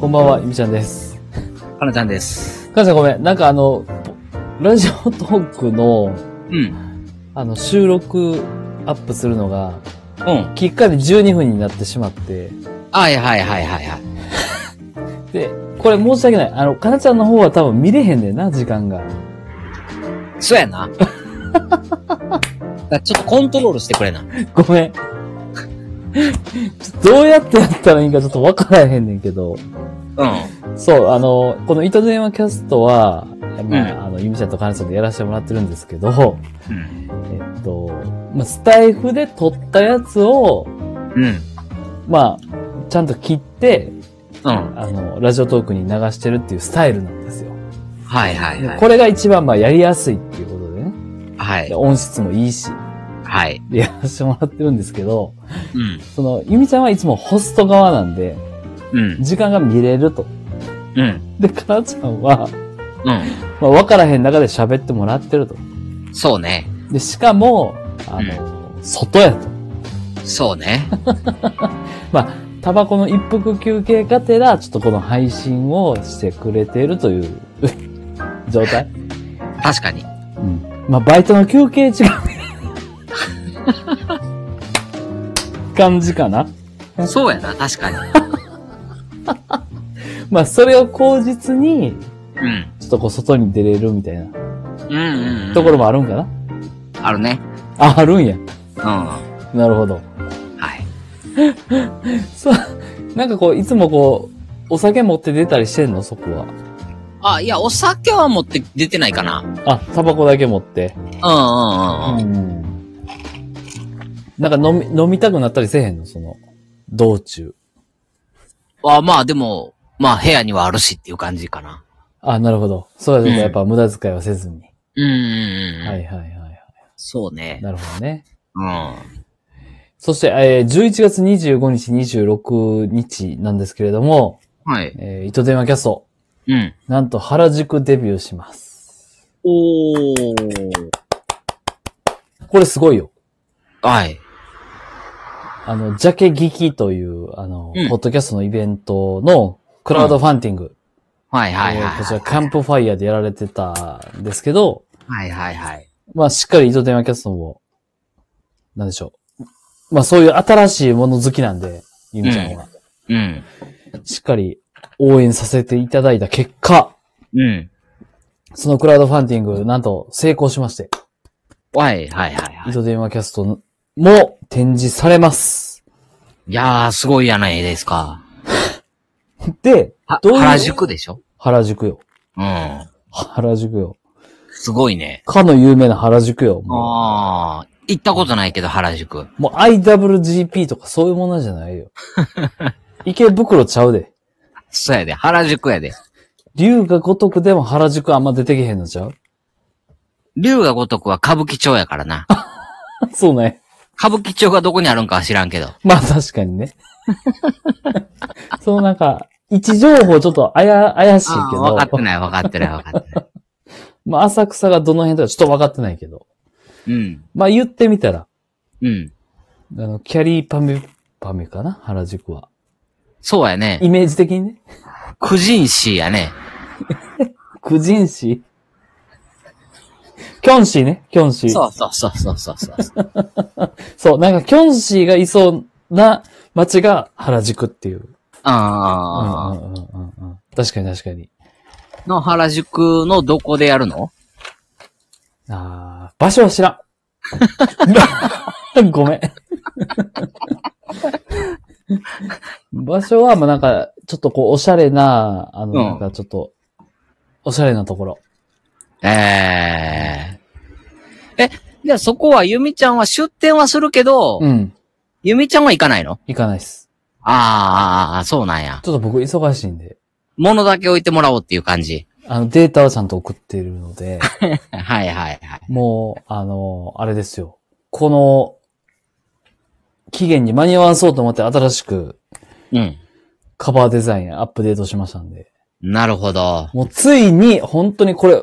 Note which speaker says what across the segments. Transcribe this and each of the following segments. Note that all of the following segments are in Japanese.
Speaker 1: こんばんは、ゆみちゃんです。
Speaker 2: かなちゃんです。
Speaker 1: かなちゃんごめん。なんかあの、ラジオトークの、
Speaker 2: うん。うん。
Speaker 1: あの、収録アップするのが、
Speaker 2: は
Speaker 1: きっかけ12分になってしまって、
Speaker 2: いはいはいはいはい。
Speaker 1: で、これ申し訳ない。あの、かなちゃんの方は多分見れへんねんな、時間が。
Speaker 2: そうやな。 だからちょっとコントロールしてくれな。
Speaker 1: ごめん。 ちょどうやってやったらいいんかちょっとわからへんねんけど。
Speaker 2: う
Speaker 1: そう、あの、この糸電話キャストは、まあ、
Speaker 2: う
Speaker 1: あの、ゆみちゃんとかなちゃんでやらせてもらってるんですけど、
Speaker 2: ん。
Speaker 1: えっと、まあ、スタイフで撮ったやつを、
Speaker 2: うん。うん。
Speaker 1: まあ、ちゃんと切って、
Speaker 2: うん。
Speaker 1: あの、ラジオトークに流してるっていうスタイルなんですよ。
Speaker 2: はいはいはい。
Speaker 1: これが一番、まあ、やりやすいっていうことでね。
Speaker 2: はい
Speaker 1: で。音質もいいし、
Speaker 2: はい。
Speaker 1: でやらせてもらってるんですけど、
Speaker 2: うん。
Speaker 1: その、ゆみちゃんはいつもホスト側なんで、
Speaker 2: うん。
Speaker 1: 時間が見れると。
Speaker 2: うん。
Speaker 1: で、かなちゃんは、
Speaker 2: う
Speaker 1: まあ、わからへん中で喋ってもらってると。
Speaker 2: ん。そうね。
Speaker 1: で、しかも、あの、外やと。
Speaker 2: そうね。
Speaker 1: まあ、タバコの一服休憩がてら、ちょっとこの配信をしてくれているという状態。
Speaker 2: 確かに。
Speaker 1: うん。まあ、バイトの休憩時間。感じかな。
Speaker 2: そうやな、確かに。
Speaker 1: まあ、それを口実に、
Speaker 2: うん。
Speaker 1: ちょっとこう、外に出れるみたいな
Speaker 2: うんうん、うん。
Speaker 1: ところもあるんかな。
Speaker 2: あるね。
Speaker 1: あ、あるんや。
Speaker 2: うん。は
Speaker 1: なるほど。
Speaker 2: い。
Speaker 1: そう、なんかこう、いつもこう、お酒持って出たりしてんのそこは。
Speaker 2: あ、いや、お酒は持って出てないかな。
Speaker 1: あ、タバコだけ持って。
Speaker 2: うんうんうんうん。
Speaker 1: ん。なんか飲み、飲みたくなったりせえへんのその、道中。
Speaker 2: あまあでも、まあ部屋にはあるしっていう感じかな。
Speaker 1: あ、なるほど。そうやと
Speaker 2: うん
Speaker 1: やっぱ無駄遣いはせずに。
Speaker 2: うんうんうん。
Speaker 1: はいはいはいはい。
Speaker 2: そうね。
Speaker 1: なるほどね。
Speaker 2: うん。
Speaker 1: そして、えー、11月25日、26日なんですけれども、
Speaker 2: はい。
Speaker 1: えー、糸電話キャスト、
Speaker 2: うん。
Speaker 1: なんと原宿デビューします。
Speaker 2: おー。
Speaker 1: これすごいよ。
Speaker 2: はい。
Speaker 1: あの、ジャケギキという、あの、
Speaker 2: うん
Speaker 1: ポッドキャストのイベントのクラウドファンティング。
Speaker 2: はいはい
Speaker 1: えーこち
Speaker 2: は
Speaker 1: ら、キャンプファイヤーでやられてたんですけど、
Speaker 2: い。はいはいはい。
Speaker 1: まあ、しっかり糸電話キャストも、なんでしょう。まあ、そういう新しいもの好きなんで、ゆみちゃんは。
Speaker 2: うん。
Speaker 1: しっかり応援させていただいた結果、
Speaker 2: うん。
Speaker 1: そのクラウドファンディング、なんと成功しまして、
Speaker 2: はいはいはいはい。
Speaker 1: 糸電話キャストも展示されます。
Speaker 2: いやー、すごいやないですか。
Speaker 1: で、
Speaker 2: は、
Speaker 1: どういう
Speaker 2: 原宿でしょ
Speaker 1: 原宿よ。
Speaker 2: うん。
Speaker 1: 原宿よ。
Speaker 2: すごいね。
Speaker 1: かの有名な原宿よ。も
Speaker 2: あー。行ったことないけど、原宿。
Speaker 1: うもう IWGP とかそういうものじゃない よ。池袋ちゃうで。
Speaker 2: そうやで、原宿やで。
Speaker 1: 龍が如くでも原宿あんま出てけへんのちゃう
Speaker 2: 竜が如くは歌舞伎町やからな。
Speaker 1: そうね。
Speaker 2: 歌舞伎町がどこにあるんかは知らんけど。
Speaker 1: まあ確かに ね。そうなんか、位置情報ちょっとあや、怪しい
Speaker 2: あ
Speaker 1: け
Speaker 2: ー分かって
Speaker 1: ど、
Speaker 2: ない分かってない分かってない。
Speaker 1: まあ浅草がどの辺とかちょっと分かってないけど、
Speaker 2: うん。
Speaker 1: まあ言ってみたら、
Speaker 2: うん。
Speaker 1: あの、キャリーパミュ、パミュかな原宿は。
Speaker 2: そうやね。
Speaker 1: イメージ的にね。
Speaker 2: 九人誌やね。
Speaker 1: 九人誌キョンシーね、キョンシー。そう
Speaker 2: そうそうそうそうそうそう。
Speaker 1: なんかキョンシーがいそうな街が原宿っていう。
Speaker 2: ああ、
Speaker 1: うんうんうんうんうん確かに確かに。
Speaker 2: の原宿のどこでやるの
Speaker 1: あー場所は知らん。 ごめん。場所は、まあ、なんか、ちょっとこう、おしゃれな、あの、
Speaker 2: うん
Speaker 1: なんかちょっと、おしゃれなところ。
Speaker 2: えええ、じゃあそこはゆみちゃんは出店はするけど、
Speaker 1: うん。
Speaker 2: ゆみちゃんは行かないの
Speaker 1: 行かないです。
Speaker 2: あーあー、そうなんや。
Speaker 1: ちょっと僕、忙しいんで、
Speaker 2: 物だけ置いてもらおうっていう感じ。
Speaker 1: あの、データはちゃんと送っているので、
Speaker 2: はいはいはい。
Speaker 1: もう、あの、あれですよ。この、期限に間に合わそうと思って、新しく、
Speaker 2: うん。
Speaker 1: カバーデザインアップデートしましたんで。
Speaker 2: なるほど。
Speaker 1: もうついに、本当にこれ、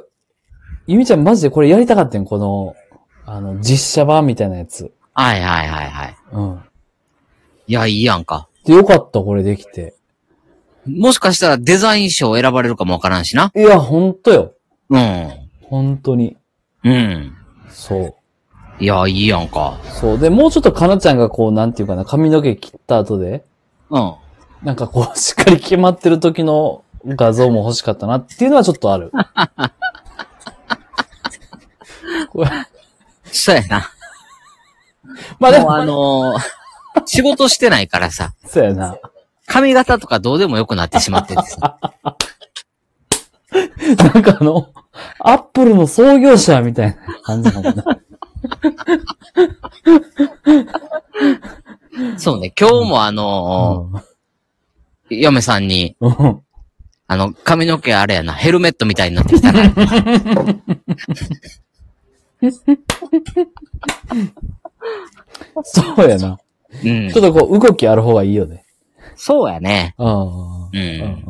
Speaker 1: ゆみちゃんマジでこれやりたかったんこの、あの、実写版みたいなやつ。
Speaker 2: はいはいはいはい。
Speaker 1: うん。
Speaker 2: いや、いいやんか。
Speaker 1: で、よかった、これできて。
Speaker 2: もしかしたらデザイン賞選ばれるかもわからんしな。
Speaker 1: いや、ほんとよ。
Speaker 2: うん。
Speaker 1: ほんとに。
Speaker 2: うん。
Speaker 1: そう。
Speaker 2: いや、いいやんか。
Speaker 1: そう。で、もうちょっとかなちゃんがこう、なんていうかな、髪の毛切った後で、
Speaker 2: うん。
Speaker 1: なんかこう、 しっかり決まってる時の画像も欲しかったなっていうのはちょっとある。 これ
Speaker 2: そうやな。
Speaker 1: まあで
Speaker 2: もう
Speaker 1: も、
Speaker 2: あのー仕事してないからさ、
Speaker 1: そうやな。
Speaker 2: 髪型とかどうでもよくなってしまってて さ。
Speaker 1: なんかあの、アップルの創業者みたいな感じだもんな。
Speaker 2: そうね、今日もあのー嫁さんに、
Speaker 1: うん
Speaker 2: あの、髪の毛あれやな、ヘルメットみたいになってき たな。
Speaker 1: そうやな。
Speaker 2: うん
Speaker 1: ちょっ。とこう、動きある方がいいよね。
Speaker 2: そうやね。
Speaker 1: うん。
Speaker 2: う。
Speaker 1: うんん。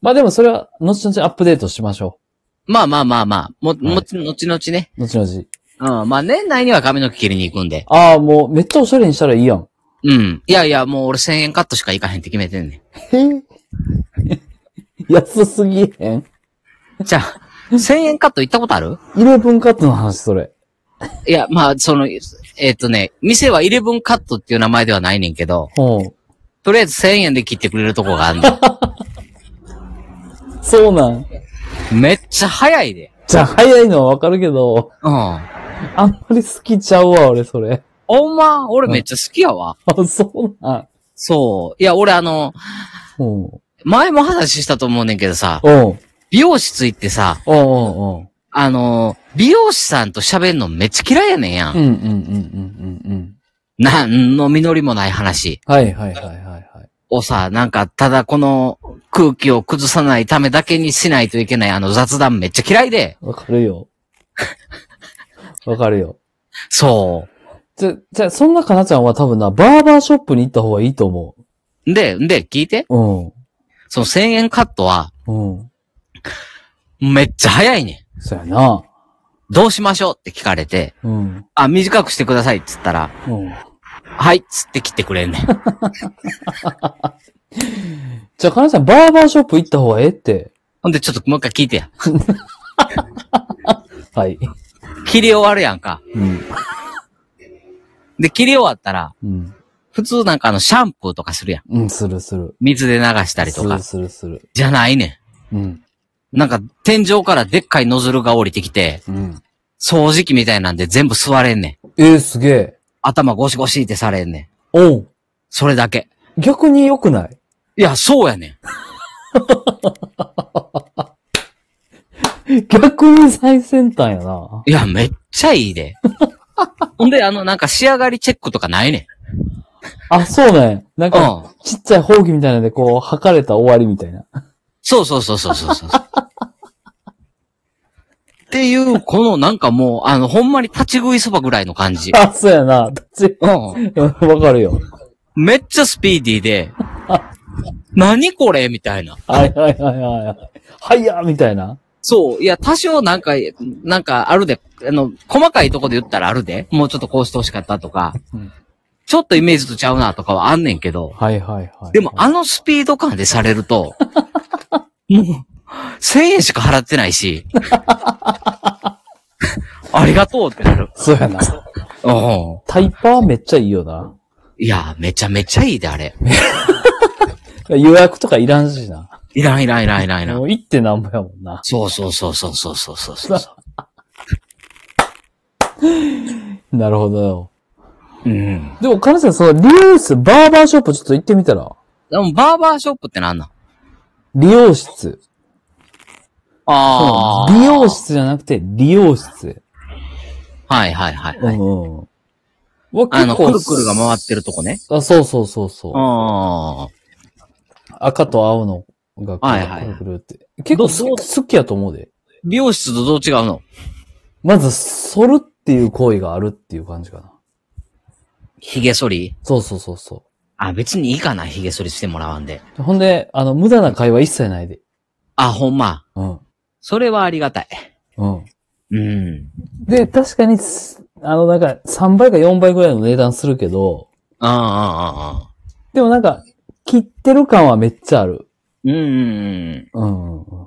Speaker 1: まあでもそれは、後々アップデートしましょ
Speaker 2: まあまあまあまあ、も、
Speaker 1: は
Speaker 2: も
Speaker 1: い
Speaker 2: ち、後々ね。
Speaker 1: う。後々。
Speaker 2: うん。まあ年内には髪の毛切りに行くんで。
Speaker 1: ああ、もう、めっちゃおしゃれにしたらいいやん。
Speaker 2: うん。いやいや、もう俺1000円カットしか行かへんって決めてんね
Speaker 1: へえ。 安すぎへん
Speaker 2: ん。じゃあ、1000円 カット行ったことある
Speaker 1: ?11 カットの話、それ。
Speaker 2: いや、まあ、その、えっとね、店は11カットっていう名前ではないねんけど、
Speaker 1: うん。
Speaker 2: とりあえず1000円で切ってくれるとこがあん の。
Speaker 1: そうなん。
Speaker 2: めっちゃ早いで。
Speaker 1: じゃあ、早いのはわかるけど、
Speaker 2: うん。
Speaker 1: あんまり好きちゃうわ、俺、それ。
Speaker 2: ほんま、俺めっちゃ好きやわ。
Speaker 1: あ、そうなん。
Speaker 2: そう。いや、俺あの、
Speaker 1: うん。
Speaker 2: 前も話したと思うねんけどさ、
Speaker 1: おう。
Speaker 2: 美容室行ってさ、
Speaker 1: おうおうおう。
Speaker 2: あの、美容師さんと喋んのめっちゃ嫌いやねんや。
Speaker 1: うんんうんうんうんうんうん。
Speaker 2: なんの実りもない話
Speaker 1: はいはいはいはいはい。
Speaker 2: をさ、なんか、ただこの空気を崩さないためだけにしないといけないあの雑談めっちゃ嫌いで。
Speaker 1: わかる よ。わかるよ。
Speaker 2: そ
Speaker 1: じゃ、じゃ、そんなかなちゃんは多分な、バーバーショップに行った方がいいと思
Speaker 2: う。で、で、聞いて。
Speaker 1: う。
Speaker 2: その1000円カットは、
Speaker 1: うん。うん。
Speaker 2: めっちゃ早いね
Speaker 1: そやな。
Speaker 2: ん。どうしましょうって聞かれて、
Speaker 1: うん。
Speaker 2: あ、短くしてくださいっつったら、
Speaker 1: うん。
Speaker 2: はいっつって切ってくれんねん。
Speaker 1: じゃあ、かなちゃん、バーバーショップ行った方がええって。
Speaker 2: ほんで、ちょっともう一回聞いてや。
Speaker 1: はい。
Speaker 2: 切り終わるやんか。
Speaker 1: うん。
Speaker 2: で、切り終わったら、
Speaker 1: うん。
Speaker 2: 普通なんかあの、シャンプーとかするやん。
Speaker 1: うん、するする。
Speaker 2: 水で流したりと
Speaker 1: する
Speaker 2: か。
Speaker 1: するする。
Speaker 2: じゃないね
Speaker 1: うん。
Speaker 2: ん。なんか、天井からでっかいノズルが降りてきて、
Speaker 1: うん。
Speaker 2: 掃除機みたいなんで全部吸われんねん。
Speaker 1: ええすげえ。
Speaker 2: 頭ゴシゴシってされんねん。
Speaker 1: おう。
Speaker 2: それだけ。
Speaker 1: 逆に良くない
Speaker 2: いや、そうやねん。
Speaker 1: 逆に最先端やな。
Speaker 2: いや、めっちゃいいで。 ほんで、あの、なんか仕上がりチェックとかないね
Speaker 1: あ、そうね。なん
Speaker 2: ん。う
Speaker 1: か、
Speaker 2: ん。
Speaker 1: ちっちゃいほうきみたいなので、こう、測れた終わりみたいな。
Speaker 2: そうそうそうそうそうそう。っていう、このなんかもう、あの、ほんまに立ち食いそばぐらいの感じ。
Speaker 1: あ、そうやな。どっち、
Speaker 2: うん。
Speaker 1: うん わかるよ。
Speaker 2: めっちゃスピーディーで、何これみたいな。
Speaker 1: はいはいはいはいはい。はいやーみたいな。
Speaker 2: そう。いや、多少なんか、なんかあるで、あの、細かいとこで言ったらあるで。もうちょっとこうしてほしかったとか
Speaker 1: うん、
Speaker 2: ちょっとイメージとちゃうなとかはあんねんけど、
Speaker 1: はいはいはい。
Speaker 2: でもあのスピード感でされると、もう、1000円しか払ってない し、ありがとうってなる。
Speaker 1: そうやな。
Speaker 2: うん。
Speaker 1: タイパーめっちゃいいよな。
Speaker 2: いや、めちゃめちゃいいで、あれ。
Speaker 1: 予約とかいらんしな。
Speaker 2: いらんいらんいらんいらんいらん
Speaker 1: も。う行ってなんぼやもんな。
Speaker 2: そうそうそうそうそうそうそうそうそ
Speaker 1: なるほどよ。
Speaker 2: う。うん。
Speaker 1: でも、かなさん、その、リユース、バーバーショップちょっと行ってみたら。
Speaker 2: でも、バーバーショップってなんなん
Speaker 1: 理容室。
Speaker 2: ああ。
Speaker 1: 美容室じゃなくて、理容室。
Speaker 2: はいはいはい。
Speaker 1: うんうん。わ
Speaker 2: あの、
Speaker 1: 結構
Speaker 2: くるくるが回ってるとこね。
Speaker 1: あ、そうそうそうそう。
Speaker 2: ああ。
Speaker 1: 赤と青のがこ
Speaker 2: はいはいう
Speaker 1: くるくるって。結構す
Speaker 2: どう
Speaker 1: 好きやと思うで。
Speaker 2: 美容室とどう違うの
Speaker 1: まず、剃るっていう行為があるっていう感じかな。
Speaker 2: 髭剃り
Speaker 1: そうそうそうそ
Speaker 2: あ、別にいいかな、髭剃りしてもらわんで。
Speaker 1: う。ほんで、あの、無駄な会話一切ないで。
Speaker 2: あ、ほんま。
Speaker 1: うん。
Speaker 2: それはありがたい。
Speaker 1: うん。
Speaker 2: うん。
Speaker 1: で、確かにす、あの、なんか、3倍か4倍ぐらいの値段するけど、
Speaker 2: ああ、ああ、ああ。
Speaker 1: でもなんか、切ってる感はめっちゃある。
Speaker 2: うんうんうん。
Speaker 1: うん。うん。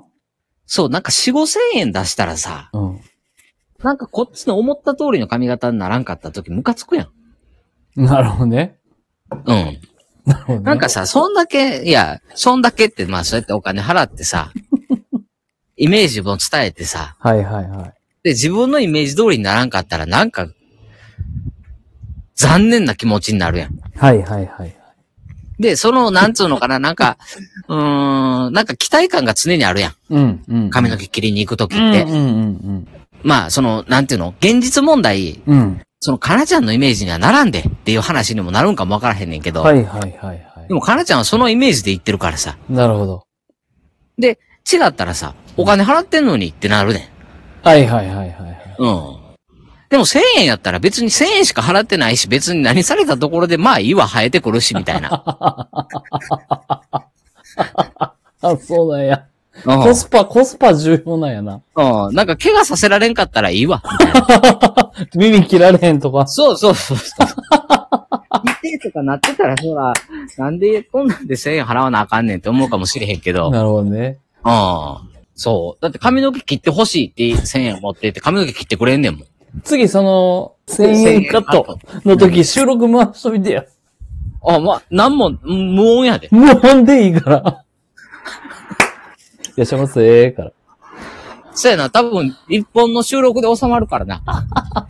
Speaker 2: そう、なんか4、5千円出したらさ、
Speaker 1: うん。
Speaker 2: なんかこっちの思った通りの髪型にならんかった時ムカつくやん。
Speaker 1: なるほどね。
Speaker 2: うん。
Speaker 1: なるほどね。
Speaker 2: なんか、さ、そんだけ、いや、そんだけって、まあそうやってお金払って さ、イメージも伝えてさ、
Speaker 1: はいはいはい。
Speaker 2: で、自分のイメージ通りにならんかったら、なんか、残念な気持ちになるやん。
Speaker 1: はいはいはい。
Speaker 2: で、その、なんつうのかな、なんか、うーん、なんか期待感が常にあるやん。
Speaker 1: うん、うん。
Speaker 2: 髪の
Speaker 1: の
Speaker 2: 毛切りに行く時っ
Speaker 1: うん、
Speaker 2: て。
Speaker 1: うん、
Speaker 2: まあ、その、なんていうの、現実問題、
Speaker 1: うん。うん。
Speaker 2: その、かなちゃんのイメージにはならんでっていう話にもなるんかもわからへんねんけど、
Speaker 1: はいはいはいは
Speaker 2: でもかなちゃんはそのイメージで言ってるからさ、
Speaker 1: い。なるほど。
Speaker 2: で、違ったらさ、お金払ってんのにってなるね
Speaker 1: はいはいはいはいはい。
Speaker 2: ん。うん。でも1000円やったら別に1000円しか払ってないし、別に何されたところで、まあいいわ、生えてくるし、みたい な。
Speaker 1: あ、 そうなんや。
Speaker 2: うん
Speaker 1: コスパ、コスパ重要なんやな。
Speaker 2: うん。なんか怪我させられんかったらいいわ、みたい な。
Speaker 1: 耳切られへんとか。
Speaker 2: そうそうそう そう。見てとかなってたら、ほら、なんでこんなんで1000円払わなあかんねんって思うかもしれへんけど。
Speaker 1: なるほどね。
Speaker 2: うん。そう。だって髪の毛切ってほしいって1000円持ってって髪の毛切ってくれんねんもん。
Speaker 1: 次、その、1000円カットの時、収録回しといてや。
Speaker 2: あ、まあ、なんも、無音やで。
Speaker 1: もうほんでいいから。いらっしゃいませ、から。
Speaker 2: そうやな、多分、一本の収録で収まるからな。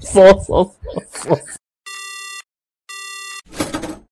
Speaker 1: そうそうそうそう。